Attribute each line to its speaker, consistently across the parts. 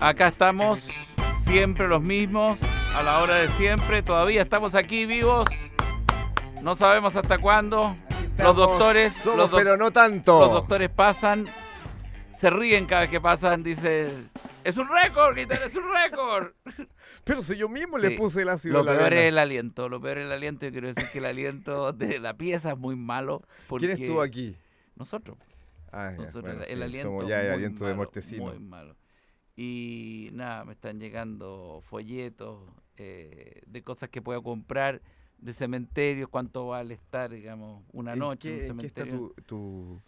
Speaker 1: Acá estamos, siempre los mismos, a la hora de siempre. Todavía estamos aquí vivos. No sabemos hasta cuándo. Los
Speaker 2: Estamos,
Speaker 1: doctores,
Speaker 2: somos,
Speaker 1: los doc-
Speaker 2: pero no tanto.
Speaker 1: Los doctores pasan, se ríen cada vez que pasan, dicen, es un récord, gritan, es un récord.
Speaker 2: Pero si yo mismo
Speaker 1: Sí.
Speaker 2: le puse el ácido
Speaker 1: Lo
Speaker 2: en la
Speaker 1: peor es
Speaker 2: vena.
Speaker 1: el aliento, lo peor es el aliento. Yo quiero decir que el aliento de la pieza es muy malo. Porque
Speaker 2: ¿Quién estuvo aquí?
Speaker 1: Nosotros.
Speaker 2: Ah, ya,
Speaker 1: nosotros
Speaker 2: bueno,
Speaker 1: el, el
Speaker 2: sí,
Speaker 1: aliento.
Speaker 2: somos ya el
Speaker 1: muy
Speaker 2: aliento de
Speaker 1: malo,
Speaker 2: mortecino.
Speaker 1: Muy malo. Y nada, me están llegando folletos eh, de cosas que puedo comprar, de cementerios, cuánto vale estar, digamos, una
Speaker 2: ¿En
Speaker 1: noche
Speaker 2: qué,
Speaker 1: en
Speaker 2: en
Speaker 1: un
Speaker 2: qué está
Speaker 1: cementerio.
Speaker 2: tu, tu,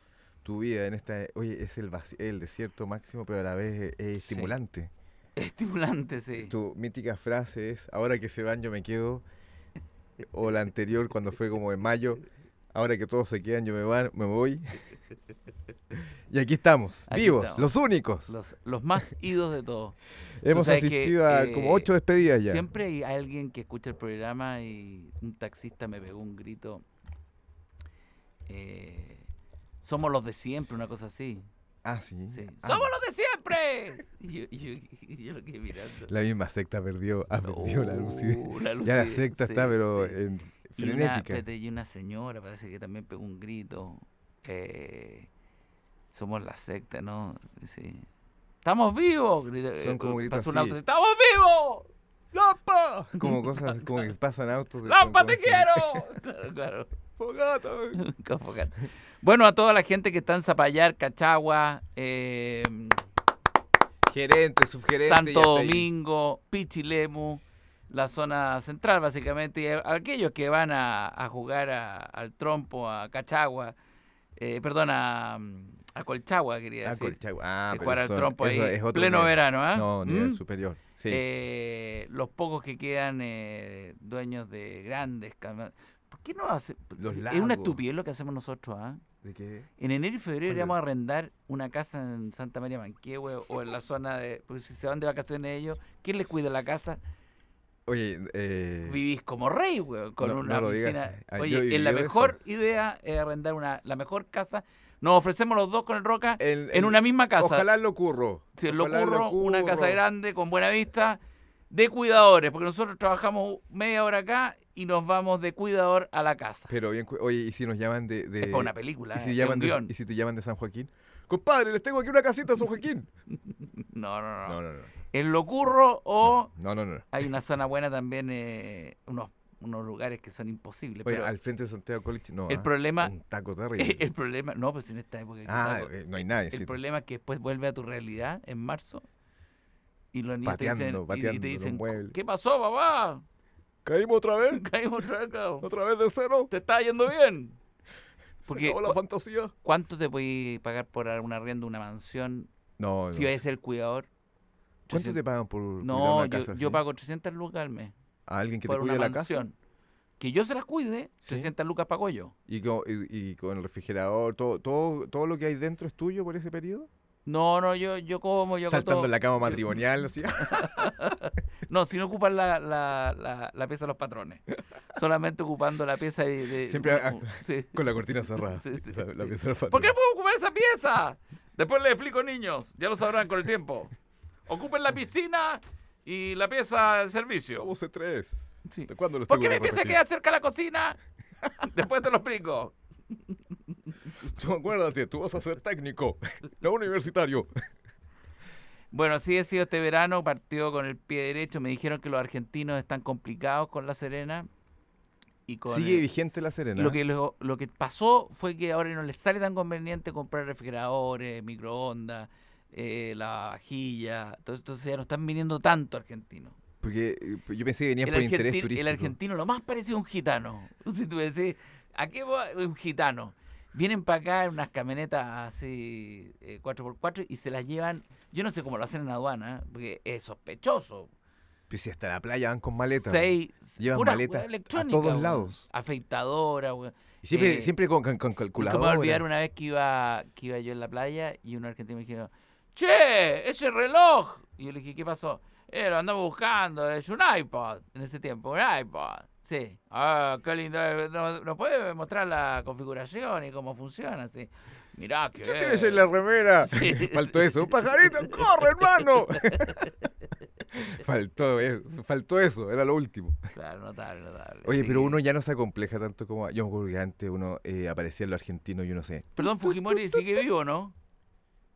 Speaker 2: tu vida en esta? Oye, es el, vaci- el desierto máximo, pero a la vez es, es
Speaker 1: Sí.
Speaker 2: estimulante.
Speaker 1: Estimulante, sí.
Speaker 2: Tu mítica frase es, ahora que se van yo me quedo. O la anterior cuando fue como en mayo, ahora que todos se quedan yo me, van, me voy. Y aquí estamos,
Speaker 1: Aquí
Speaker 2: vivos,
Speaker 1: estamos.
Speaker 2: los únicos.
Speaker 1: Los, los más idos de todos.
Speaker 2: Hemos
Speaker 1: sabes que,
Speaker 2: asistido a como
Speaker 1: eh,
Speaker 2: ocho despedidas ya.
Speaker 1: Siempre hay alguien que escucha el programa y un taxista me pegó un grito. eh, somos los de siempre, una cosa así.
Speaker 2: Ah, sí.
Speaker 1: sí.
Speaker 2: Ah,
Speaker 1: ¡Somos los de siempre! Y yo, y yo- y yo lo quedé mirando.
Speaker 2: La misma secta perdió, ha perdido la lucidez.
Speaker 1: Oh, la
Speaker 2: Ya la
Speaker 1: lucidez,
Speaker 2: secta
Speaker 1: sí,
Speaker 2: está, pero
Speaker 1: sí.
Speaker 2: en
Speaker 1: Y una,
Speaker 2: frenética.
Speaker 1: espérate, y una señora parece que también pegó un grito. eh, somos la secta, ¿no? Sí. ¡Estamos vivos! grita-
Speaker 2: Son
Speaker 1: eh,
Speaker 2: como
Speaker 1: pasó
Speaker 2: gritos
Speaker 1: un
Speaker 2: así.
Speaker 1: auto, ¡Estamos vivos!
Speaker 2: ¡Lampa! Como cosas, como que pasan autos. de-
Speaker 1: ¡Lampa,
Speaker 2: con
Speaker 1: te
Speaker 2: cosas así.
Speaker 1: quiero! Claro, claro.
Speaker 2: ¡Fogata!
Speaker 1: Con focal. Bueno, a toda la gente que está en Zapallar, Cachagua, eh,
Speaker 2: Gerente, subgerente. Este, ya
Speaker 1: Santo
Speaker 2: está ahí.
Speaker 1: Domingo, Pichilemu, la zona central básicamente, y a- aquellos que van a, a jugar a- al trompo, a Cachagua, eh, perdón, a, a Colchagua quería
Speaker 2: Ah,
Speaker 1: decir.
Speaker 2: Colchagua. Ah,
Speaker 1: que
Speaker 2: pero
Speaker 1: jugar al
Speaker 2: son-
Speaker 1: trompo ahí,
Speaker 2: eso es otro
Speaker 1: pleno
Speaker 2: nivel.
Speaker 1: verano, ¿ah?
Speaker 2: No, nivel
Speaker 1: ¿Mm?
Speaker 2: superior. Sí.
Speaker 1: Eh, los pocos que quedan eh, dueños de grandes... cama- ¿Por qué no hace?
Speaker 2: Los
Speaker 1: Es una
Speaker 2: lagos.
Speaker 1: estupidez lo que hacemos nosotros, ¿ah?
Speaker 2: ¿De qué?
Speaker 1: En enero y febrero
Speaker 2: Oye.
Speaker 1: íbamos a arrendar una casa en Santa María Manquehue o en la zona de. Porque si se van de vacaciones ellos, ¿quién les cuida la casa?
Speaker 2: Oye, eh,
Speaker 1: Vivís como rey, güey, con
Speaker 2: No- no
Speaker 1: una
Speaker 2: lo digas,
Speaker 1: piscina.
Speaker 2: eh. Ah, yo he
Speaker 1: Oye, es la
Speaker 2: vivido
Speaker 1: mejor idea es arrendar una, la mejor casa. Nos ofrecemos los dos con el Roca
Speaker 2: el-
Speaker 1: en
Speaker 2: el-
Speaker 1: una misma casa.
Speaker 2: Eh, Ojalá lo curro.
Speaker 1: si lo
Speaker 2: ojalá
Speaker 1: ocurro, una casa
Speaker 2: curro.
Speaker 1: grande, con buena vista, de cuidadores, porque nosotros trabajamos media hora acá y nos vamos de cuidador a la casa.
Speaker 2: Pero bien, cu- oye, ¿y si nos llaman de. de
Speaker 1: es para una película,
Speaker 2: ¿Y
Speaker 1: eh,
Speaker 2: si,
Speaker 1: es
Speaker 2: llaman
Speaker 1: un
Speaker 2: de-
Speaker 1: guión.
Speaker 2: ¿Y si te llaman de San Joaquín? Compadre, les tengo aquí una casita a San Joaquín.
Speaker 1: No, no, no.
Speaker 2: No, no, no.
Speaker 1: El locurro o
Speaker 2: No, no, no. no.
Speaker 1: Hay una zona buena también, eh, unos, unos lugares que son imposibles.
Speaker 2: Oye,
Speaker 1: pero
Speaker 2: al frente de Santiago College, no.
Speaker 1: el
Speaker 2: ah,
Speaker 1: problema-
Speaker 2: Un taco terrible.
Speaker 1: el problema, no, pues en esta época. que
Speaker 2: ah,
Speaker 1: estamos-
Speaker 2: eh, no hay nadie.
Speaker 1: el
Speaker 2: sí.
Speaker 1: problema es que después vuelve a tu realidad en marzo y los niños te dicen,
Speaker 2: Pateando,
Speaker 1: y- y,
Speaker 2: pateando
Speaker 1: te
Speaker 2: los
Speaker 1: dicen
Speaker 2: muebles.
Speaker 1: ¿qué pasó, papá?
Speaker 2: Caímos otra vez,
Speaker 1: Caímos atrás, cabrón.
Speaker 2: otra vez de cero.
Speaker 1: ¿Te está yendo bien?
Speaker 2: Se
Speaker 1: Porque,
Speaker 2: acabó la
Speaker 1: ¿cu-
Speaker 2: fantasía.
Speaker 1: ¿cuánto te voy a pagar por un arriendo de una mansión
Speaker 2: No, no.
Speaker 1: si vas a ser el cuidador?
Speaker 2: ¿Cuánto
Speaker 1: 300
Speaker 2: te pagan por cuidar
Speaker 1: No,
Speaker 2: una
Speaker 1: yo,
Speaker 2: casa
Speaker 1: yo
Speaker 2: así?
Speaker 1: pago 300 lucas al mes
Speaker 2: a alguien que te
Speaker 1: por una
Speaker 2: cuide la casa
Speaker 1: mansión. Que yo se las cuide,
Speaker 2: Sí.
Speaker 1: 300 lucas pago yo.
Speaker 2: y con, y, y con el refrigerador, todo, todo, todo lo que hay dentro es tuyo por ese periodo.
Speaker 1: No, no, yo, yo como, yo hago
Speaker 2: Saltando
Speaker 1: todo.
Speaker 2: en la cama matrimonial, así.
Speaker 1: No, sin ocupar la, la, la, la pieza de los patrones. Solamente ocupando la pieza de... de-
Speaker 2: Siempre
Speaker 1: u-
Speaker 2: a-
Speaker 1: u- sí.
Speaker 2: con la cortina cerrada.
Speaker 1: Sí, sí,
Speaker 2: O sea, la
Speaker 1: sí.
Speaker 2: pieza de
Speaker 1: ¿Por qué
Speaker 2: fantasía.
Speaker 1: no puedo ocupar esa pieza? Después les explico, niños. Ya lo sabrán con el tiempo. Ocupen la piscina y la pieza de servicio.
Speaker 2: Somos tres.
Speaker 1: Sí.
Speaker 2: ¿De cuándo los
Speaker 1: ¿Por
Speaker 2: tengo
Speaker 1: qué
Speaker 2: que
Speaker 1: mi pieza
Speaker 2: repetir?
Speaker 1: queda cerca de la cocina? Después te lo explico.
Speaker 2: Tú acuérdate, tú vas a ser técnico, no universitario.
Speaker 1: Bueno, así ha sido este verano, partió con el pie derecho. Me dijeron que los argentinos están complicados con La Serena. Y con
Speaker 2: Sigue
Speaker 1: el-
Speaker 2: vigente la Serena.
Speaker 1: Lo que, lo, lo que pasó fue que ahora no les sale tan conveniente comprar refrigeradores, microondas, eh, la vajilla. Entonces, entonces ya no están viniendo tanto argentinos.
Speaker 2: Porque eh, yo pensé que venían
Speaker 1: El,
Speaker 2: por interés
Speaker 1: argentin- el
Speaker 2: turístico.
Speaker 1: argentino lo más parecido a un gitano. Si tú decís, ¿a qué va un gitano? Vienen para acá en unas camionetas así eh, 4x4 y se las llevan. Yo no sé cómo lo hacen en la aduana, ¿eh? porque es sospechoso.
Speaker 2: Pero Pues si hasta la playa van con maleta.
Speaker 1: Seis,
Speaker 2: Llevan
Speaker 1: puras
Speaker 2: maletas
Speaker 1: weas
Speaker 2: a
Speaker 1: electrónicas,
Speaker 2: todos
Speaker 1: weón.
Speaker 2: lados.
Speaker 1: Afeitadora, weón.
Speaker 2: Y siempre,
Speaker 1: eh,
Speaker 2: siempre con, con, con
Speaker 1: Nunca me
Speaker 2: calculadora.
Speaker 1: voy a olvidar una vez que iba, que iba yo en la playa y un argentino me dijeron, che, ese reloj. Y yo le dije, ¿qué pasó? Eh, lo andamos buscando, es un iPod en ese tiempo, un iPod. Sí. Ah, qué lindo. eh, ¿Nos, nos puede mostrar la configuración y cómo funciona? Sí. Mirá que.
Speaker 2: ¿Qué tienes en la remera?
Speaker 1: Sí.
Speaker 2: Faltó eso. ¡Un pajarito! ¡Corre, hermano! faltó eso. Faltó eso. Era lo último.
Speaker 1: Claro, notable, notable.
Speaker 2: Oye,
Speaker 1: Así
Speaker 2: pero
Speaker 1: que-
Speaker 2: uno ya no se acompleja tanto como... Yo me acuerdo que antes uno eh, aparecía en lo argentino y uno se...
Speaker 1: Perdón, Fujimori sigue vivo, ¿no?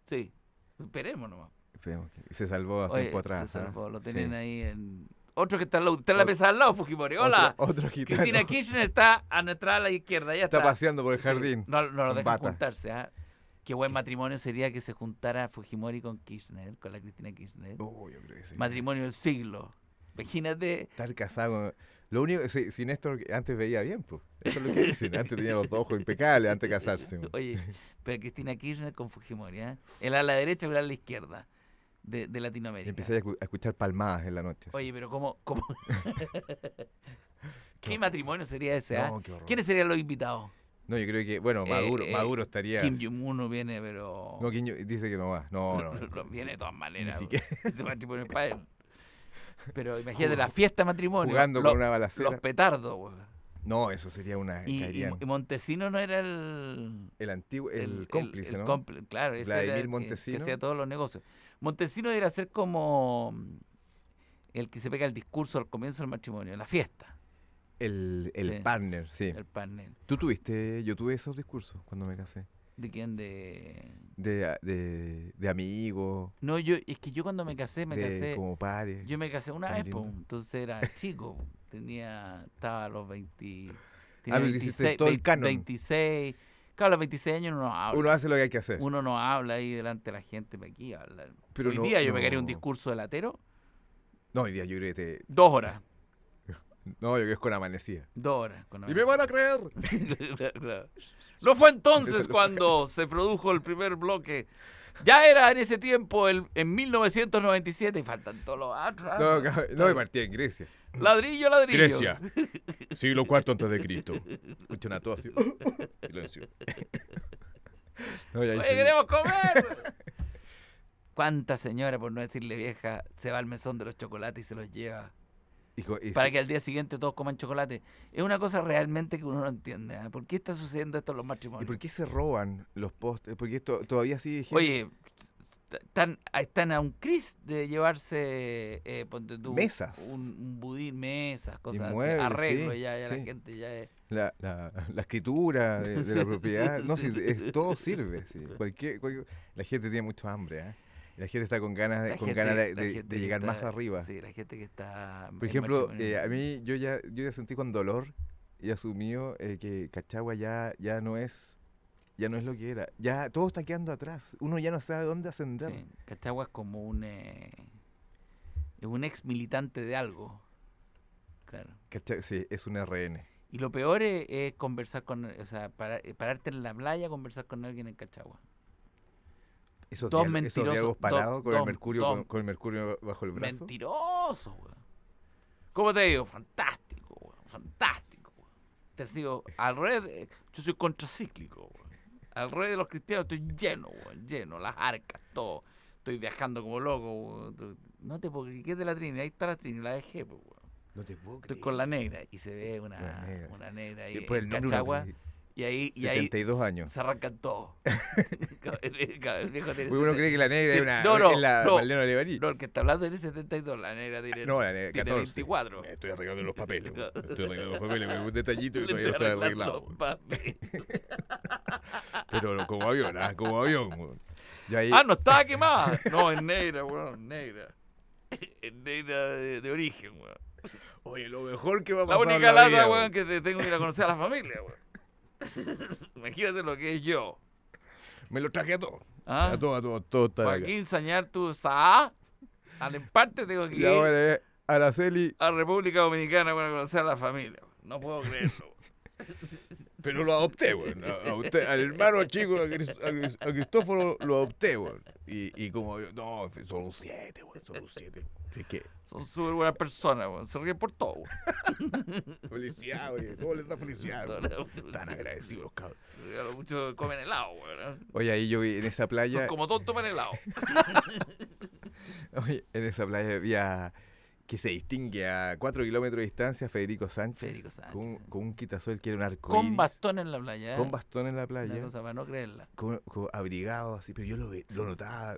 Speaker 1: Sí. Esperemos nomás.
Speaker 2: esperemos que- Se salvó hace
Speaker 1: Oye,
Speaker 2: tiempo atrás.
Speaker 1: se
Speaker 2: ¿ah?
Speaker 1: salvó, Lo
Speaker 2: Sí.
Speaker 1: tenían ahí en. Otro que está al lado- está en la
Speaker 2: Otro-
Speaker 1: mesa al lado, Fujimori. Hola.
Speaker 2: Otro, otro gitano.
Speaker 1: Cristina Kirchner está a nuestra ala izquierda. Ya está.
Speaker 2: Está paseando por el
Speaker 1: Sí,
Speaker 2: jardín.
Speaker 1: No, no lo
Speaker 2: con
Speaker 1: dejan
Speaker 2: bata.
Speaker 1: juntarse. ¿ah? Qué buen matrimonio sería que se juntara Fujimori con Kirchner, con la Cristina Kirchner.
Speaker 2: Oh, yo creo que sí.
Speaker 1: Matrimonio del siglo. Imagínate.
Speaker 2: Estar casado. con- Lo único, si, si Néstor antes veía bien, pues. Eso es lo que dicen. Antes tenía los ojos impecables, antes de casarse. pues. po.
Speaker 1: Oye, pero Cristina Kirchner con Fujimori, ¿ah? El ala derecha y el ala izquierda de, de
Speaker 2: Y
Speaker 1: Latinoamérica.
Speaker 2: empecé a escu- a escuchar palmadas en la noche. así.
Speaker 1: Oye, pero ¿cómo? cómo... ¿Qué
Speaker 2: horror.
Speaker 1: matrimonio sería ese? ah?
Speaker 2: No, qué horror.
Speaker 1: ¿Quiénes serían los invitados?
Speaker 2: No, yo creo que, bueno,
Speaker 1: Eh,
Speaker 2: Maduro,
Speaker 1: eh,
Speaker 2: Maduro estaría.
Speaker 1: Kim Jong-un no viene, pero...
Speaker 2: No, Kim Jong- dice que no va. No, no.
Speaker 1: No viene de todas maneras.
Speaker 2: Ni
Speaker 1: bro. Ese matrimonio es pa' él. Pero imagínate la fiesta de matrimonio.
Speaker 2: Jugando
Speaker 1: lo-
Speaker 2: con una balacera.
Speaker 1: Los petardos, weón.
Speaker 2: No, eso sería una.
Speaker 1: Y, y-
Speaker 2: caerían.
Speaker 1: y Montesino no era el.
Speaker 2: el antiguo, el, cómplice,
Speaker 1: el
Speaker 2: ¿no?
Speaker 1: cómpli- claro, ese era
Speaker 2: Vladimir
Speaker 1: el que- Que,
Speaker 2: Montesino.
Speaker 1: hacía todos los negocios. Montesino era ser como mm, el que se pega el discurso al comienzo del matrimonio, en la fiesta,
Speaker 2: el el
Speaker 1: Sí.
Speaker 2: partner, sí.
Speaker 1: el panel.
Speaker 2: Tú tuviste, yo tuve esos discursos cuando me casé.
Speaker 1: ¿De quién? De.
Speaker 2: De, a- de, de amigo,
Speaker 1: No, yo, es que yo cuando me casé, me
Speaker 2: de
Speaker 1: casé.
Speaker 2: como pares.
Speaker 1: Yo me casé una
Speaker 2: Tan
Speaker 1: vez,
Speaker 2: lindo.
Speaker 1: po, entonces era chico, po, tenía, estaba a los 20, tenía
Speaker 2: Ah, pero hiciste todo el canon.
Speaker 1: 26, claro, a los 26 años uno no habla,
Speaker 2: Uno hace lo que hay que hacer.
Speaker 1: uno no habla ahí delante de la gente, para aquí hablar.
Speaker 2: Pero
Speaker 1: Hoy
Speaker 2: no-
Speaker 1: día yo me quería un
Speaker 2: no.
Speaker 1: discurso de latero,
Speaker 2: No, hoy día yo creo que te.
Speaker 1: dos horas,
Speaker 2: No, yo creo que es con amanecida.
Speaker 1: dos horas. con
Speaker 2: ¡Y me van a creer!
Speaker 1: Claro, claro. No fue entonces
Speaker 2: Empezó
Speaker 1: cuando se produjo el primer bloque. Ya era en ese tiempo, el, en 1997, y faltan todos los otros.
Speaker 2: No, cab- no, y partía en Grecia.
Speaker 1: Ladrillo, ladrillo.
Speaker 2: Grecia. Siglo IV antes de Cristo. Escuchan a todos así. Silencio. No, y ahí
Speaker 1: Oye,
Speaker 2: sí.
Speaker 1: queremos comer. ¿Cuánta señora, por no decirle vieja, se va al mesón de los chocolates y se los lleva
Speaker 2: Y co- y
Speaker 1: para
Speaker 2: sí,
Speaker 1: que al día siguiente todos coman chocolate? Es una cosa realmente que uno no entiende. ¿ah? ¿Por qué está sucediendo esto en los
Speaker 2: ¿Y
Speaker 1: matrimonios?
Speaker 2: por qué se roban los postres? Porque esto todavía sigue gente-
Speaker 1: Oye, t- están, están a un cris de llevarse eh, ponte tú,
Speaker 2: Mesas.
Speaker 1: Un, un budín, mesas, cosas así,
Speaker 2: muebles, sí,
Speaker 1: arreglo ya, ya la
Speaker 2: sí.
Speaker 1: gente ya es.
Speaker 2: la, la- la escritura de, de la propiedad. No, sí, es- todo sirve. sí. Cualquier, cualquier- La gente tiene mucho hambre. ¿ah? La gente está con ganas,
Speaker 1: la
Speaker 2: Eh, con
Speaker 1: gente-
Speaker 2: ganas de,
Speaker 1: la
Speaker 2: de-
Speaker 1: gente
Speaker 2: de
Speaker 1: que
Speaker 2: llegar más
Speaker 1: está-
Speaker 2: arriba.
Speaker 1: Sí, la gente que está. en
Speaker 2: Por ejemplo,
Speaker 1: matrimonio.
Speaker 2: eh, a mí yo ya, yo ya sentí con dolor y asumido eh, que Cachagua ya, ya no es ya no es lo que era. Ya todo está quedando atrás. Uno ya no sabe dónde ascender.
Speaker 1: Sí, Cachagua es como un eh, es un ex militante de algo. Claro.
Speaker 2: Cacha- sí, es un RN.
Speaker 1: Y lo peor es, es conversar con, o sea, para- eh, pararte en la playa, conversar con alguien en Cachagua.
Speaker 2: Esos,
Speaker 1: Dos
Speaker 2: dial- esos
Speaker 1: mentirosos,
Speaker 2: diálogos
Speaker 1: dos-
Speaker 2: parados con, el
Speaker 1: dos-
Speaker 2: mercurio,
Speaker 1: dos-
Speaker 2: con, con el mercurio bajo el brazo.
Speaker 1: Mentiroso, weón. ¿Cómo te digo? Fantástico, weón. Fantástico, weón. Te digo, al revés, de- yo soy contracíclico, weón. Al revés de los cristianos estoy lleno, weón, lleno, las arcas, todo. Estoy viajando como loco, weón. Tú- No te puedo creer, ¿qué es de la Trini? Ahí está la Trini, la dejé, pues, weón.
Speaker 2: No te puedo
Speaker 1: Estoy
Speaker 2: creer.
Speaker 1: con la negra y se ve una,
Speaker 2: La negra, sí.
Speaker 1: una negra ahí
Speaker 2: Y por
Speaker 1: en
Speaker 2: el nombre uno
Speaker 1: Cachagua,
Speaker 2: cree-
Speaker 1: y ahí, y ahí
Speaker 2: 72 años.
Speaker 1: se arrancan todos. el viejo tiene
Speaker 2: Uno cree que la negra es
Speaker 1: Sí,
Speaker 2: una.
Speaker 1: no, no,
Speaker 2: es la
Speaker 1: no.
Speaker 2: Marlene Olivarí.
Speaker 1: 70. No, el que está hablando tiene 72, la negra tiene,
Speaker 2: No, la negra,
Speaker 1: tiene
Speaker 2: 14.
Speaker 1: 24.
Speaker 2: Me Estoy arreglando los papeles.
Speaker 1: No.
Speaker 2: güey. Estoy arreglando los papeles. porque Un detallito y
Speaker 1: Le
Speaker 2: todavía no
Speaker 1: estoy arreglando
Speaker 2: está arreglado.
Speaker 1: los
Speaker 2: güey.
Speaker 1: papeles.
Speaker 2: Pero como avión, ah, como avión. güey. Y ahí,
Speaker 1: Ah, no, estaba quemada. No, es negra, weón, negra. Es negra de, de origen, weón.
Speaker 2: Oye, lo mejor que va a
Speaker 1: La
Speaker 2: pasar en
Speaker 1: única lata,
Speaker 2: vida,
Speaker 1: weón,
Speaker 2: güey.
Speaker 1: que te tengo que ir a conocer a la familia, weón. Imagínate lo que es yo.
Speaker 2: Me lo traje a todo.
Speaker 1: ¿Ah?
Speaker 2: A todo, a todo, a todo está acá.
Speaker 1: Joaquín Sañar, tú sabes. Al empate tengo que
Speaker 2: Y
Speaker 1: ir
Speaker 2: ahora eh, Araceli,
Speaker 1: a República Dominicana para conocer a la familia. weón. No puedo creerlo. weón.
Speaker 2: pero lo adopté, güey. A- a usted, al hermano chico, a, Cris- a Cris- a Cristóforo, lo adopté, güey. Y, y como, yo, no, son un 7, weón, son un 7. Así que,
Speaker 1: Son súper buenas personas, weón. Se ríen por todo,
Speaker 2: felicidad, oye, todo les da felicidad. weón.
Speaker 1: weón.
Speaker 2: Tan agradecidos los cabros.
Speaker 1: A lo mucho comen helado, weón. ¿eh?
Speaker 2: Oye, ahí yo vi en esa
Speaker 1: Son
Speaker 2: playa,
Speaker 1: como tontos para helado.
Speaker 2: oye, en esa playa había que se distingue a 4 kilómetros de distancia Federico Sánchez,
Speaker 1: Federico Sánchez,
Speaker 2: Con,
Speaker 1: sí.
Speaker 2: con un quitasol que era un arco
Speaker 1: Con
Speaker 2: iris,
Speaker 1: bastón en la playa. ¿eh?
Speaker 2: con bastón en la playa.
Speaker 1: Una cosa para no creerla.
Speaker 2: con, con- abrigado así, pero yo lo, ve- lo notaba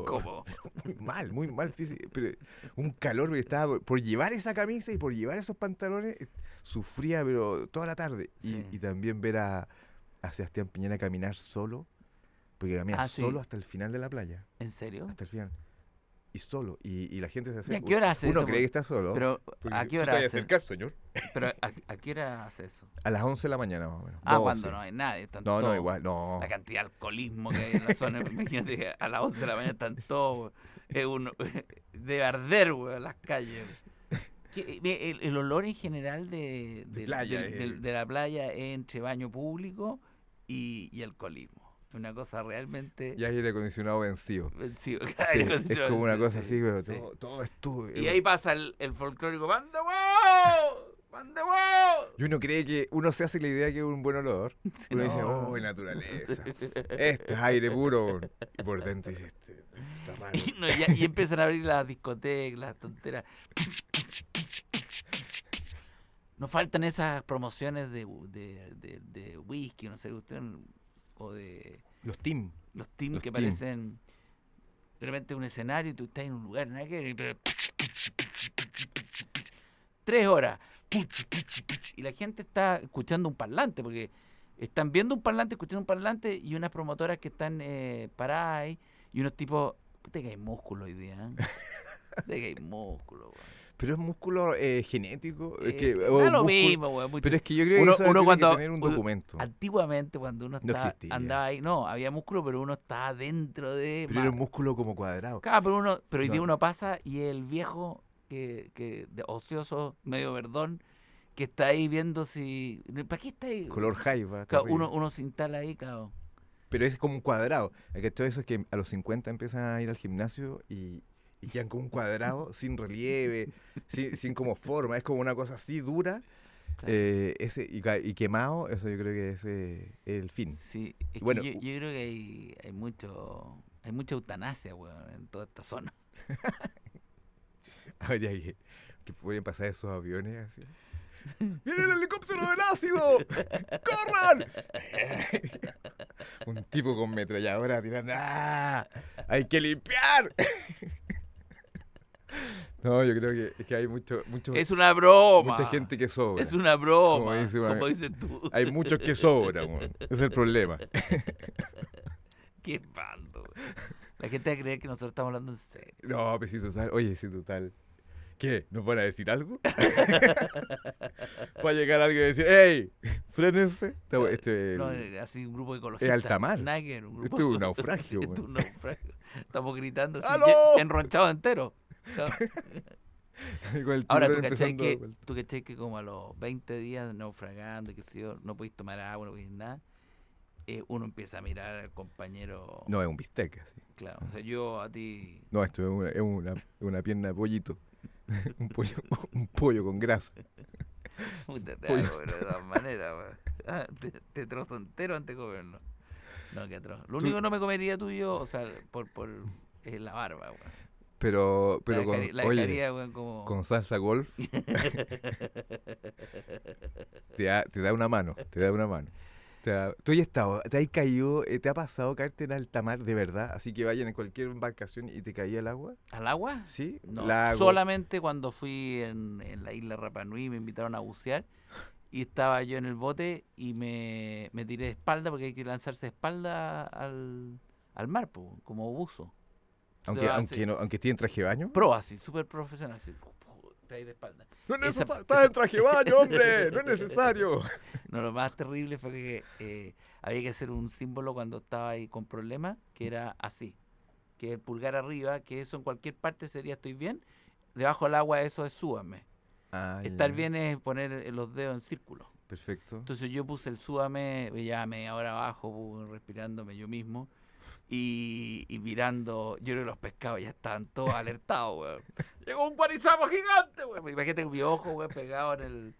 Speaker 1: Incómodo.
Speaker 2: muy mal, muy mal físico, pero un calor porque estaba por, por llevar esa camisa y por llevar esos pantalones eh, sufría pero toda la tarde y,
Speaker 1: Sí.
Speaker 2: y también ver a, a Sebastián Piñera caminar solo porque camina
Speaker 1: Ah, sí.
Speaker 2: solo hasta el final de la playa,
Speaker 1: ¿En serio?
Speaker 2: hasta el final y solo y, y la gente se
Speaker 1: ¿Y
Speaker 2: hace
Speaker 1: a qué hora hace
Speaker 2: uno
Speaker 1: eso?
Speaker 2: cree que está solo
Speaker 1: Pero,
Speaker 2: porque
Speaker 1: ¿a
Speaker 2: dice,
Speaker 1: qué
Speaker 2: "Tú te
Speaker 1: hora
Speaker 2: vas a
Speaker 1: hace?
Speaker 2: acercar, señor
Speaker 1: Pero, ¿a, a qué hora hace eso?
Speaker 2: a las 11 de la mañana más o menos
Speaker 1: Ah,
Speaker 2: 12.
Speaker 1: cuando no hay nadie. están
Speaker 2: no no
Speaker 1: todos.
Speaker 2: igual no
Speaker 1: La cantidad de alcoholismo que hay en la zona. imagínate, a las 11 de la mañana están todos. Es un, de arder, weón, las calles. Que, eh, El, el olor en general de,
Speaker 2: De
Speaker 1: del-
Speaker 2: playa,
Speaker 1: del-
Speaker 2: eh.
Speaker 1: del- de la playa es entre baño público y, y alcoholismo. Una cosa realmente.
Speaker 2: y hay aire acondicionado vencido
Speaker 1: vencido,
Speaker 2: Sí,
Speaker 1: claro,
Speaker 2: es
Speaker 1: yo-
Speaker 2: como una
Speaker 1: sí,
Speaker 2: cosa
Speaker 1: sí,
Speaker 2: así, pero
Speaker 1: sí.
Speaker 2: todo, todo eh, estuvo.
Speaker 1: Y ahí pasa el, el folclórico: ¡Manda huevo! ¡Manda huevo!
Speaker 2: Y uno cree que uno se hace la idea que es un buen olor. Uno
Speaker 1: no,
Speaker 2: dice,
Speaker 1: no,
Speaker 2: oh, naturaleza. Esto es aire puro. Y por dentro dice, este, está raro.
Speaker 1: Y, no, y- y empiezan a abrir las discotecas, las tonteras. Nos faltan esas promociones de, bu- de, de- de whisky, no sé, usted, o de
Speaker 2: Los Tim.
Speaker 1: los teams
Speaker 2: Los
Speaker 1: que
Speaker 2: team.
Speaker 1: parecen de repente un escenario y tú estás en un lugar, nada que ver, y te- tres horas. Y la gente está escuchando un parlante, porque están viendo un parlante, escuchando un parlante y unas promotoras que están eh, paradas ahí y unos tipos. Puta que hay músculo hoy día. ¿eh? Puta que hay músculo, weón.
Speaker 2: Pero es músculo eh, genético. es
Speaker 1: Eh,
Speaker 2: que,
Speaker 1: da
Speaker 2: o
Speaker 1: lo
Speaker 2: músculo-
Speaker 1: mismo, weón. mucho.
Speaker 2: Pero es que yo creo
Speaker 1: Uno-
Speaker 2: que eso
Speaker 1: uno
Speaker 2: tiene
Speaker 1: cuando-
Speaker 2: que tener un
Speaker 1: uno-
Speaker 2: documento.
Speaker 1: Antiguamente, cuando uno
Speaker 2: No
Speaker 1: estaba-
Speaker 2: existía.
Speaker 1: andaba ahí, no, había músculo, pero uno estaba dentro de.
Speaker 2: Pero
Speaker 1: ma-
Speaker 2: era un músculo como cuadrado.
Speaker 1: Claro, Ah, pero, uno, pero hoy día
Speaker 2: No.
Speaker 1: uno pasa y el viejo que, que de- ocioso, medio verdón, que está ahí viendo si... ¿Para qué está ahí?
Speaker 2: Color jaiba.
Speaker 1: Claro,
Speaker 2: terrible.
Speaker 1: uno, uno se instala ahí, claro.
Speaker 2: Pero es como un cuadrado. Hay que todo eso es que a los 50 empiezan a ir al gimnasio y, y quedan como un cuadrado sin relieve, sin, sin como forma. Es como una cosa así dura
Speaker 1: Claro.
Speaker 2: eh, ese, y, ca- y quemado. Eso yo creo que es eh, el fin.
Speaker 1: Sí, es que
Speaker 2: bueno,
Speaker 1: yo, yo
Speaker 2: u-
Speaker 1: creo que hay, hay mucho... Hay mucha eutanasia, weón, en toda esta zona.
Speaker 2: Habría que, que pueden pasar esos aviones así. ¡Viene el helicóptero del ácido! ¡Corran! un tipo con metralladora tirando. ¡Ah! ¡Hay que limpiar! no, yo creo que, es que hay mucho, mucho,
Speaker 1: Es una broma.
Speaker 2: mucha gente que sobra.
Speaker 1: Es una broma, como,
Speaker 2: dice un amigo.
Speaker 1: dices tú.
Speaker 2: Hay muchos que sobran, weón. es el problema.
Speaker 1: Qué bando. La gente va a creer que nosotros estamos hablando en serio.
Speaker 2: No, pues sí, total. Oye, sí, total. ¿Qué? ¿Nos van a decir algo? Va a llegar alguien y decir, ¡Ey! ¡Frénense! Este, este-
Speaker 1: No, eh, así un grupo ecologista.
Speaker 2: alta mar.
Speaker 1: Nada que ver, un grupo
Speaker 2: Esto es un naufragio,
Speaker 1: Esto es
Speaker 2: weón.
Speaker 1: un naufragio. Estamos gritando así,
Speaker 2: ¡Aló!
Speaker 1: ye- enronchado entero. ¿no?
Speaker 2: Con el
Speaker 1: Ahora,
Speaker 2: tiburón
Speaker 1: ¿tú cachai,
Speaker 2: empezando a-
Speaker 1: que, tú cachai que como a los 20 días naufragando, que sé yo, no podéis tomar agua, no podéis nada, eh, uno empieza a mirar al compañero.
Speaker 2: No, es un bistec así.
Speaker 1: Claro, o sea, yo a ti...
Speaker 2: No, esto es una, es una, es una pierna de pollito. un, pollo, un pollo con grasa.
Speaker 1: Puta, te
Speaker 2: Pollo.
Speaker 1: hago, pero de todas maneras, weón. Ah, te, te trozo entero antes de comerlo. No, qué atroz. Lo
Speaker 2: Tú-
Speaker 1: único que no me comería tuyo, o sea, por... por es la barba, weón.
Speaker 2: Pero, pero
Speaker 1: la
Speaker 2: con,
Speaker 1: dejaría, la
Speaker 2: oye,
Speaker 1: dejaría, weón, como...
Speaker 2: con salsa golf te, da, te da una mano, te da una mano. Te da- tú has estado, te has caído, eh, te ha pasado caerte en alta mar de verdad, así que vayan en cualquier embarcación y te caía el agua,
Speaker 1: ¿Al agua?
Speaker 2: ¿sí?
Speaker 1: No,
Speaker 2: Lago.
Speaker 1: solamente cuando fui en, en la isla Rapa Nui me invitaron a bucear y estaba yo en el bote y me, me tiré de espalda porque hay que lanzarse de espalda al, al mar, po, como buzo.
Speaker 2: Aunque,
Speaker 1: Ah,
Speaker 2: aunque,
Speaker 1: sí.
Speaker 2: no, aunque esté en traje de baño.
Speaker 1: Pro así, súper profesional, así, pu, pu, te ahí de espalda.
Speaker 2: No
Speaker 1: esa-
Speaker 2: necesita- estás en traje de baño, hombre, no es necesario.
Speaker 1: No, lo más terrible fue que eh, había que hacer un símbolo cuando estaba ahí con problemas, que era así, que el pulgar arriba, que eso en cualquier parte sería estoy bien, debajo del agua eso es súbame.
Speaker 2: Ah,
Speaker 1: Estar
Speaker 2: ya,
Speaker 1: bien es poner eh, los dedos en círculo.
Speaker 2: Perfecto.
Speaker 1: Entonces yo puse el súbame, ya media hora abajo, pu, respirándome yo mismo. Y, y mirando, yo creo que los pescados ya estaban todos alertados, weón. Llegó un guarizamo gigante, weón. Imagínate mi ojo, weón, pegado en el.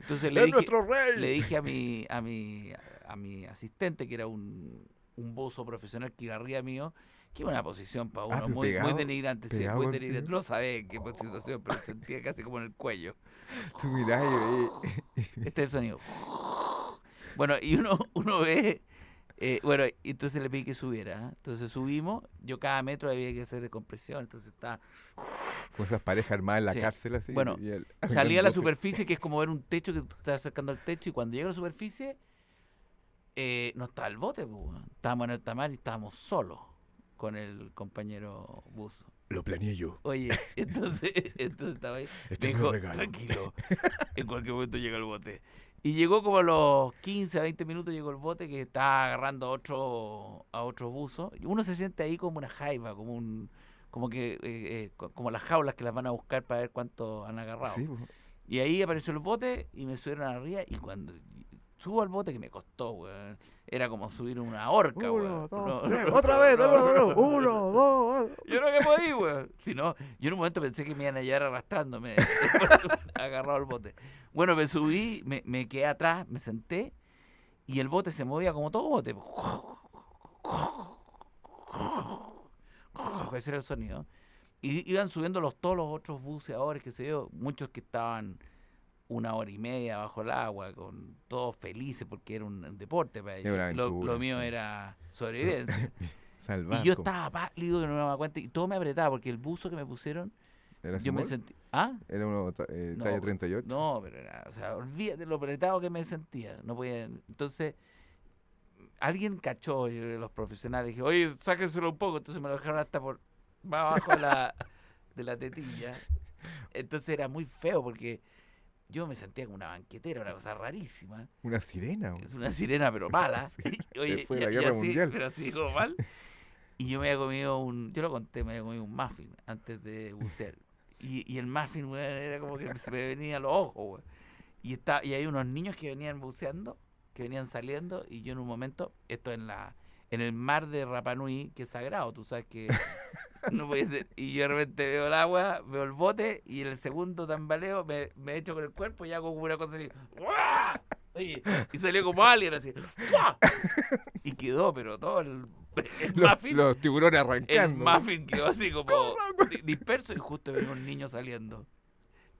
Speaker 1: Entonces le
Speaker 2: ¡Es
Speaker 1: dije,
Speaker 2: nuestro rey!
Speaker 1: le dije a mi, a mi, a mi asistente, que era un, un bozo profesional quigarría mío, que era una posición para uno
Speaker 2: Ah, pero
Speaker 1: muy, muy
Speaker 2: pegado-
Speaker 1: denigrante, sí,
Speaker 2: pegado
Speaker 1: muy
Speaker 2: contigo.
Speaker 1: denigrante. Lo sabés en qué situación, pero sentía casi como en el cuello.
Speaker 2: Tú mirás y veí-
Speaker 1: Este es el sonido. Bueno, y uno, uno ve. eh, bueno, y entonces le pedí que subiera. ¿eh? Entonces subimos. Yo cada metro había que hacer descompresión. Entonces está.
Speaker 2: con esas parejas armadas en la
Speaker 1: Sí.
Speaker 2: cárcel así.
Speaker 1: Bueno,
Speaker 2: y el-
Speaker 1: Salía a la
Speaker 2: arrancándose.
Speaker 1: superficie, que es como ver un techo que tú te estás acercando al techo. Y cuando llega a la superficie, eh, no estaba el bote. pues, weón. Estábamos en el tamar y estábamos solos con el compañero buzo.
Speaker 2: Lo planeé yo.
Speaker 1: Oye, entonces, entonces estaba ahí.
Speaker 2: Este
Speaker 1: me
Speaker 2: es mi
Speaker 1: dijo,
Speaker 2: regalo.
Speaker 1: tranquilo, en cualquier momento llega el bote. Y llegó como a los 15, a 20 minutos llegó el bote que está agarrando a otro, a otro buzo. Y uno se siente ahí como una jaiba, como un como que eh, eh, co- como las jaulas que las van a buscar para ver cuánto han agarrado.
Speaker 2: Sí, po.
Speaker 1: Y ahí apareció el bote y me subieron arriba y cuando subo al bote que me costó, weón, era como subir una horca,
Speaker 2: Uno,
Speaker 1: weón.
Speaker 2: dos,
Speaker 1: No,
Speaker 2: tres.
Speaker 1: no,
Speaker 2: Otra
Speaker 1: no,
Speaker 2: vez,
Speaker 1: no,
Speaker 2: de nuevo, de
Speaker 1: no,
Speaker 2: nuevo.
Speaker 1: no,
Speaker 2: Uno,
Speaker 1: no.
Speaker 2: dos. ah.
Speaker 1: Yo no que podí, weón. Si no, yo en un momento pensé que me iban a llevar arrastrándome. agarrado el bote. Bueno, me subí, me, me quedé atrás, me senté y el bote se movía como todo bote. Ese era el sonido. Y iban subiendo los, todos los otros buceadores, que se yo, muchos que estaban una hora y media bajo el agua, con todos felices porque era un deporte para
Speaker 2: Era
Speaker 1: ellos.
Speaker 2: una
Speaker 1: Lo-
Speaker 2: aventura,
Speaker 1: lo mío
Speaker 2: sí.
Speaker 1: era sobrevivencia.
Speaker 2: Salvar.
Speaker 1: Y yo
Speaker 2: como-
Speaker 1: estaba pálido que no me daba cuenta. Y todo me apretaba porque el buzo que me pusieron,
Speaker 2: ¿Era
Speaker 1: yo me
Speaker 2: small?
Speaker 1: sentí. ¿Ah?
Speaker 2: Era uno ta- eh,
Speaker 1: No,
Speaker 2: talla
Speaker 1: pues,
Speaker 2: 38.
Speaker 1: No, pero era. O sea, olvídate lo apretado que me sentía. No podía. Entonces, alguien cachó, yo creo que los profesionales, dije, oye, sáquenselo un poco. Entonces me lo dejaron hasta por más abajo de la, de la tetilla. Entonces era muy feo porque yo me sentía como una banquetera, una cosa rarísima.
Speaker 2: Una sirena. po.
Speaker 1: Es una sirena, pero mala.
Speaker 2: después de la guerra
Speaker 1: así,
Speaker 2: mundial.
Speaker 1: Pero así como mal. Y yo me había comido un. Yo lo conté, me había comido un muffin antes de bucear. Y, y el muffin, weón, era como que se me venía a los ojos, weón. Y, está, y hay unos niños que venían buceando, que venían saliendo, y yo en un momento, esto en la en el mar de Rapanui, que es sagrado, tú sabes que no puede ser. Y yo de repente veo el agua, veo el bote, y en el segundo tambaleo me, me echo con el cuerpo y hago como una cosa así. ¡guau! Oye, y salió como alien así. ¡guau! Y quedó, pero todo el, el
Speaker 2: Los,
Speaker 1: muffin.
Speaker 2: los tiburones
Speaker 1: el
Speaker 2: arrancando.
Speaker 1: muffin quedó así como
Speaker 2: Corran, weón.
Speaker 1: di- disperso y justo veo un niño saliendo.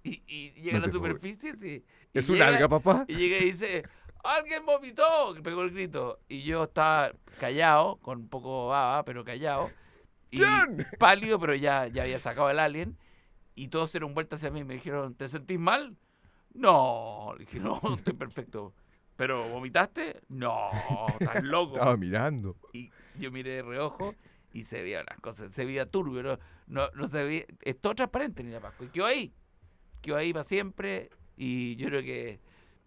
Speaker 1: Y, y llega
Speaker 2: No
Speaker 1: a la
Speaker 2: te puedo-
Speaker 1: superficie sí, y
Speaker 2: Es un
Speaker 1: llega-
Speaker 2: alga, papá.
Speaker 1: y llega y dice, alguien vomitó, que pegó el grito. Y yo estaba callado, con un poco baba, pero callado. Y
Speaker 2: ¿Quién?
Speaker 1: pálido, pero ya, ya había sacado el alien. Y todos se dieron vuelta hacia mí y me dijeron, ¿te sentís mal? No, le dije, no, estoy perfecto. ¿Pero vomitaste? No, estás loco.
Speaker 2: Estaba mirando.
Speaker 1: Y yo miré de reojo y se veía las cosas, se veía turbio, no, no, no se veía, es todo transparente ni la Pascua. Y quedó ahí, quedó ahí para siempre. Y yo creo que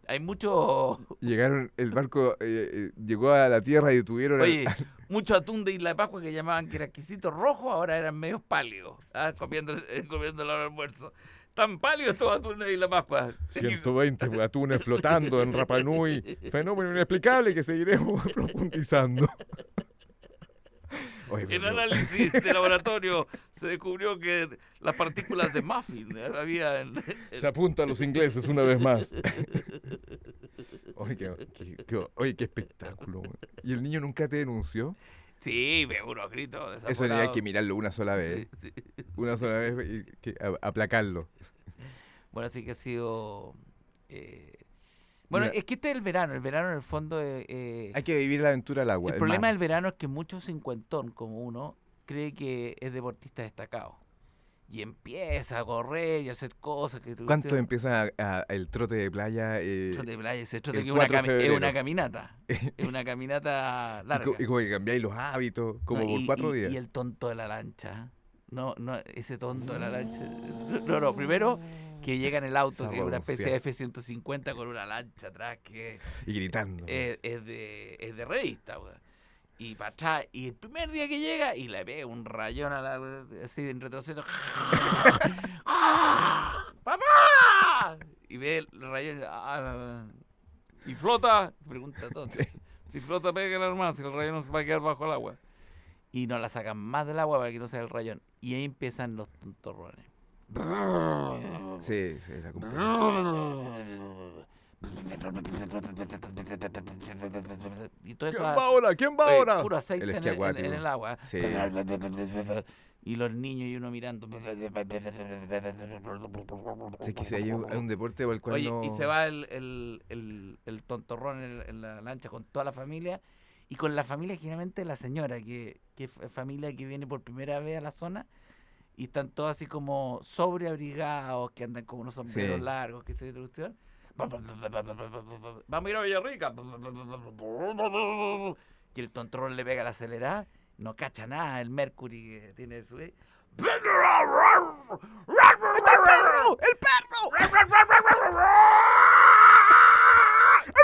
Speaker 1: hay mucho,
Speaker 2: Llegaron, el barco eh, eh, llegó a la tierra y detuvieron. al-
Speaker 1: oye, mucho atún de Isla de Pascua que llamaban que era exquisito rojo, ahora eran medios pálidos, ah, comiendo, eh, comiendo el almuerzo. Tan pálidos estos atunes de Isla de Pascua.
Speaker 2: 120 atunes flotando en Rapa Nui. Fenómeno inexplicable que seguiremos profundizando. Oye,
Speaker 1: En
Speaker 2: pero-
Speaker 1: análisis de laboratorio se descubrió que las partículas de muffin eh, había en, en-
Speaker 2: se apunta a los ingleses una vez más. Oye, qué, qué- qué- oye, qué espectáculo. güey. ¿Y el niño nunca te denunció?
Speaker 1: Sí, veo unos gritos
Speaker 2: Eso tenía
Speaker 1: desaforados.
Speaker 2: que mirarlo una sola vez.
Speaker 1: Sí, sí.
Speaker 2: Una sola vez y que- a- aplacarlo.
Speaker 1: Bueno, así que ha sido... eh, Bueno,
Speaker 2: Mira.
Speaker 1: es que este es el verano. El verano, en el fondo, eh, eh,
Speaker 2: Hay que vivir la aventura al agua.
Speaker 1: el
Speaker 2: el
Speaker 1: problema
Speaker 2: mar.
Speaker 1: del verano es que muchos cincuentón, como uno, cree que es deportista destacado. Y empieza a correr y a hacer cosas. Que,
Speaker 2: ¿Cuánto empieza a- a- el trote de playa? eh,
Speaker 1: Trote de playa, ese trote
Speaker 2: el
Speaker 1: que es una,
Speaker 2: 4 de
Speaker 1: cami- es una
Speaker 2: febrero?
Speaker 1: caminata. Es una caminata
Speaker 2: y, co-
Speaker 1: larga.
Speaker 2: y como que cambiáis los hábitos, como
Speaker 1: No,
Speaker 2: por
Speaker 1: y-
Speaker 2: cuatro
Speaker 1: y-
Speaker 2: días.
Speaker 1: Y el tonto de la lancha. No, no, ese tonto de la lancha. No, no, primero que llega en el auto,
Speaker 2: Esa
Speaker 1: que es una especie de
Speaker 2: radoncia.
Speaker 1: F-150 con una lancha atrás que es,
Speaker 2: Y gritando.
Speaker 1: es- Eh, es de, es de revista, weón. Y para atrás, y el primer día que llega, y le pega un rayón a la, así en retroceso. ¡Ah! ¡Papá! Y ve el rayón y dice, "Ah, la- y flota, se pregunta todo. Si flota, pega el arma, si el rayón no se va a quedar bajo el agua. y nos la sacan más del agua para que no sea el rayón. Y ahí empiezan los tontorrones. Eh,
Speaker 2: Sí, sí, la cumpleaños.
Speaker 1: Y todo
Speaker 2: ¿Quién
Speaker 1: eso
Speaker 2: va
Speaker 1: a-
Speaker 2: ahora? ¿Quién va
Speaker 1: eh,
Speaker 2: ahora?
Speaker 1: puro aceite
Speaker 2: El
Speaker 1: en, el,
Speaker 2: esquí
Speaker 1: en-
Speaker 2: acuático.
Speaker 1: en el agua.
Speaker 2: Sí.
Speaker 1: Y los niños y uno mirando.
Speaker 2: Sí, es que si hay un, hay un deporte o el cual
Speaker 1: Oye,
Speaker 2: no...
Speaker 1: y se va el, el, el- el tontorrón en, en la lancha con toda la familia. Y con la familia, generalmente la señora, que, que es fa- familia que viene por primera vez a la zona. Y están todos así como sobreabrigados, que andan con unos sombreros
Speaker 2: Sí.
Speaker 1: largos, que se otra cuestión. Vamos a ir a Villarrica. Y el tontorrón le pega la acelerada. No cacha nada el Mercury que tiene su. eh,
Speaker 2: ¡Perro! ¡El perro!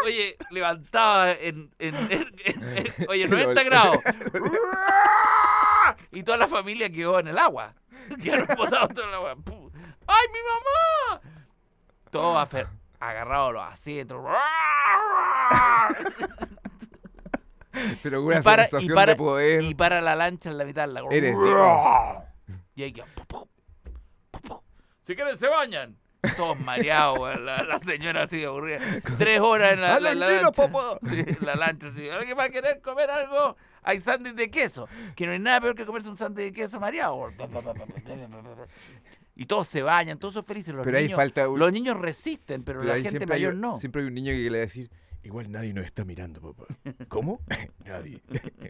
Speaker 1: Oye, levantaba en, en- en- en- en- oye,
Speaker 2: Y
Speaker 1: 90
Speaker 2: lo-
Speaker 1: grados. y toda la familia quedó en el agua. Quedaron botados todos en el agua. Pum. ¡Ay, mi mamá! Todo afer- agarrado a los asientos.
Speaker 2: Pero una
Speaker 1: para- y
Speaker 2: sensación
Speaker 1: para-
Speaker 2: de poder.
Speaker 1: y para la lancha en la mitad del lago.
Speaker 2: Eres Dios.
Speaker 1: Y ahí quedó, pu, pu, pu, pu. Si quieren, se bañan. Todos mareados, weón, la, la señora así aburrida. Tres horas en la,
Speaker 2: ¡A
Speaker 1: la,
Speaker 2: los
Speaker 1: la
Speaker 2: chinos,
Speaker 1: lancha.
Speaker 2: papá!
Speaker 1: Sí, la lancha, sí. ¿Alguien va a querer comer algo? Hay sándwich de queso. Que no hay nada peor que comerse un sándwich de queso mareado. weón. Y todos se bañan, todos son felices. Los,
Speaker 2: Pero ahí
Speaker 1: niños,
Speaker 2: falta un-
Speaker 1: los niños resisten, pero,
Speaker 2: Pero
Speaker 1: la
Speaker 2: ahí
Speaker 1: gente
Speaker 2: siempre hay-
Speaker 1: mayor no.
Speaker 2: Siempre hay un niño que le va a decir, igual nadie nos está mirando, papá. ¿Cómo? nadie.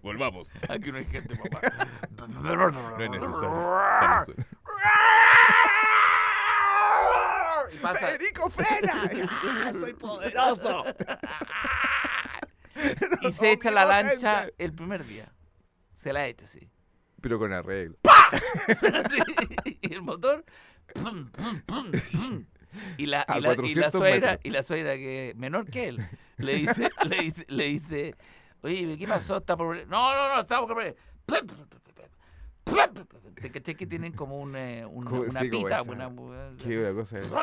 Speaker 2: Volvamos.
Speaker 1: Aquí no hay gente, papá.
Speaker 2: No es necesario. Estamos-
Speaker 1: Y pasa-
Speaker 2: ¡Federico Fena! ¡Ah, ¡Soy poderoso!
Speaker 1: y se echa la
Speaker 2: omnipotente.
Speaker 1: lancha el primer día. Se la echa, sí.
Speaker 2: Pero con arreglo.
Speaker 1: Sí, y el motor. pum, pum, pum, pum. Y la,
Speaker 2: A
Speaker 1: y la- y la
Speaker 2: 400
Speaker 1: suegra,
Speaker 2: metros.
Speaker 1: y la suegra que es menor que él, le dice, le dice, le dice, oye, ¿qué pasó? ¿Está por... No, no, no, estamos por Plum, plum, plum, plum, plum, plum. Te caché que tienen como un, eh, una,
Speaker 2: Como-
Speaker 1: una
Speaker 2: sí, como
Speaker 1: pita,
Speaker 2: esa.
Speaker 1: una
Speaker 2: Qué una cosa. de- No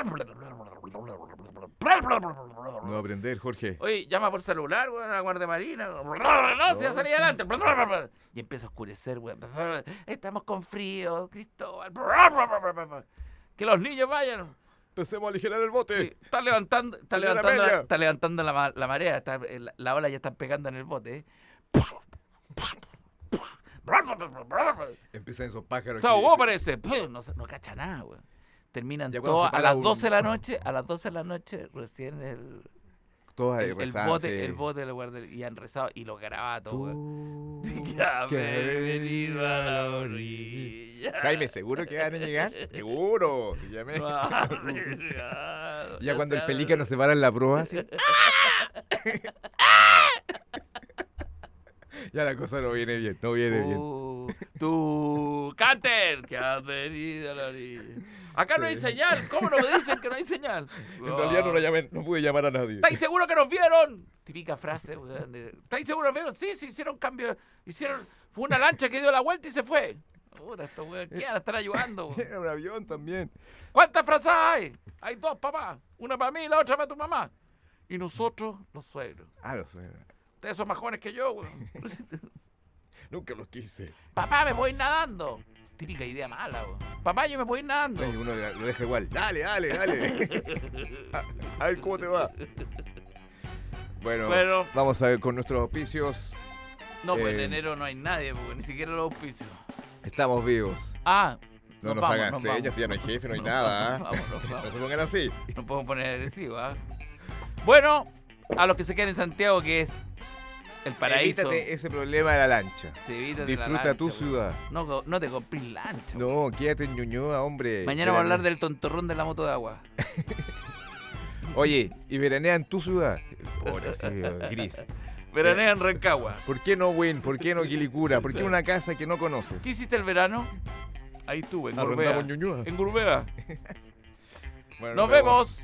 Speaker 2: va a aprender, Jorge.
Speaker 1: Oye, llama por celular, weón, a la Guardia Marina. No, se va a salir adelante. Y empieza a oscurecer, weón. Estamos con frío, Cristóbal. Que los niños vayan.
Speaker 2: Empecemos a aligerar el bote.
Speaker 1: Sí, está levantando, está
Speaker 2: Señora
Speaker 1: levantando, la,
Speaker 2: Amelia.
Speaker 1: está levantando la, ma- la marea. Está, la, la ola ya está pegando en el bote. ¿eh?
Speaker 2: Empiezan esos pájaros.
Speaker 1: Se
Speaker 2: que
Speaker 1: ahogó,
Speaker 2: dicen-
Speaker 1: parece. Pum, No, se- no cacha nada, weón. Terminan
Speaker 2: Ya cuando
Speaker 1: todas
Speaker 2: se
Speaker 1: a
Speaker 2: para
Speaker 1: las
Speaker 2: un-
Speaker 1: 12 de la noche. A las 12 de la noche recién el,
Speaker 2: Todos ahí
Speaker 1: el, el
Speaker 2: rezando,
Speaker 1: bote,
Speaker 2: sí.
Speaker 1: el bote de la Guardia y han rezado y los garabatos, weón.
Speaker 2: Tú
Speaker 1: Ya
Speaker 2: que
Speaker 1: haber
Speaker 2: has
Speaker 1: venido a la orilla.
Speaker 2: Jaime, ¿seguro que van a llegar? Seguro. Si llamé.
Speaker 1: No haber llegado.
Speaker 2: Ya cuando el
Speaker 1: sabes.
Speaker 2: pelícano se para en la proa, así. ya la cosa no viene bien, no viene bien.
Speaker 1: Uh, Tú, Canter, que has venido a la orilla. Acá no hay
Speaker 2: Sí.
Speaker 1: señal. ¿Cómo no me dicen que no hay señal?
Speaker 2: En realidad
Speaker 1: ah.
Speaker 2: no, la llamé, no pude llamar a nadie.
Speaker 1: ¿Estáis seguros que nos vieron? Típica frase. o sea, de, ¿Estáis seguros que nos vieron? Sí, sí, hicieron cambio. Hicieron, fue una lancha que dio la vuelta y se fue. Puta, estos weones, ¿qué van a estar ayudando? weón?
Speaker 2: Era un avión también.
Speaker 1: ¿Cuántas frases hay? Hay dos, papá. Una para mí y la otra para tu mamá. Y nosotros, los suegros.
Speaker 2: Ah, lo suena.
Speaker 1: Ustedes son más jóvenes que yo, weón.
Speaker 2: Nunca los quise.
Speaker 1: Papá, me voy nadando. Típica idea mala, weón. Papá, yo me voy nadando.
Speaker 2: Ay, uno lo deja igual. Dale, dale, dale. a, a ver cómo te va. Bueno,
Speaker 1: Bueno.
Speaker 2: vamos a ver con nuestros auspicios.
Speaker 1: No, pues en
Speaker 2: eh,
Speaker 1: enero no hay nadie, porque ni siquiera los auspicios.
Speaker 2: Estamos vivos.
Speaker 1: Ah, nos
Speaker 2: No nos,
Speaker 1: vamos,
Speaker 2: hagan
Speaker 1: nos
Speaker 2: señas,
Speaker 1: vamos.
Speaker 2: si ya no hay jefe, no hay
Speaker 1: Nos
Speaker 2: nada.
Speaker 1: vamos, nos
Speaker 2: ¿ah?
Speaker 1: vamos, nos vamos.
Speaker 2: No se pongan así.
Speaker 1: No podemos poner agresivo, ¿ah? Bueno, a los que se quedan en Santiago, que es el paraíso.
Speaker 2: Evítate ese problema de la lancha.
Speaker 1: Sí, evítate la
Speaker 2: Disfruta
Speaker 1: lancha,
Speaker 2: tu
Speaker 1: weón.
Speaker 2: ciudad.
Speaker 1: No, no te compres lancha. weón.
Speaker 2: No, eh, quédate en Ñuñoa, hombre.
Speaker 1: Mañana vamos a hablar
Speaker 2: Verane-
Speaker 1: del tontorrón de la moto de agua.
Speaker 2: Oye, y veranea en tu ciudad. Pobre, sí, gris.
Speaker 1: Veranea en Rancagua.
Speaker 2: ¿Por qué no Win? ¿Por qué no Quilicura? ¿Por qué una casa que no conoces?
Speaker 1: ¿Qué hiciste el verano? Ahí estuve, en Gorbea.
Speaker 2: Arrendamos Ñuñoa.
Speaker 1: En Gorbea.
Speaker 2: Bueno,
Speaker 1: Nos vemos.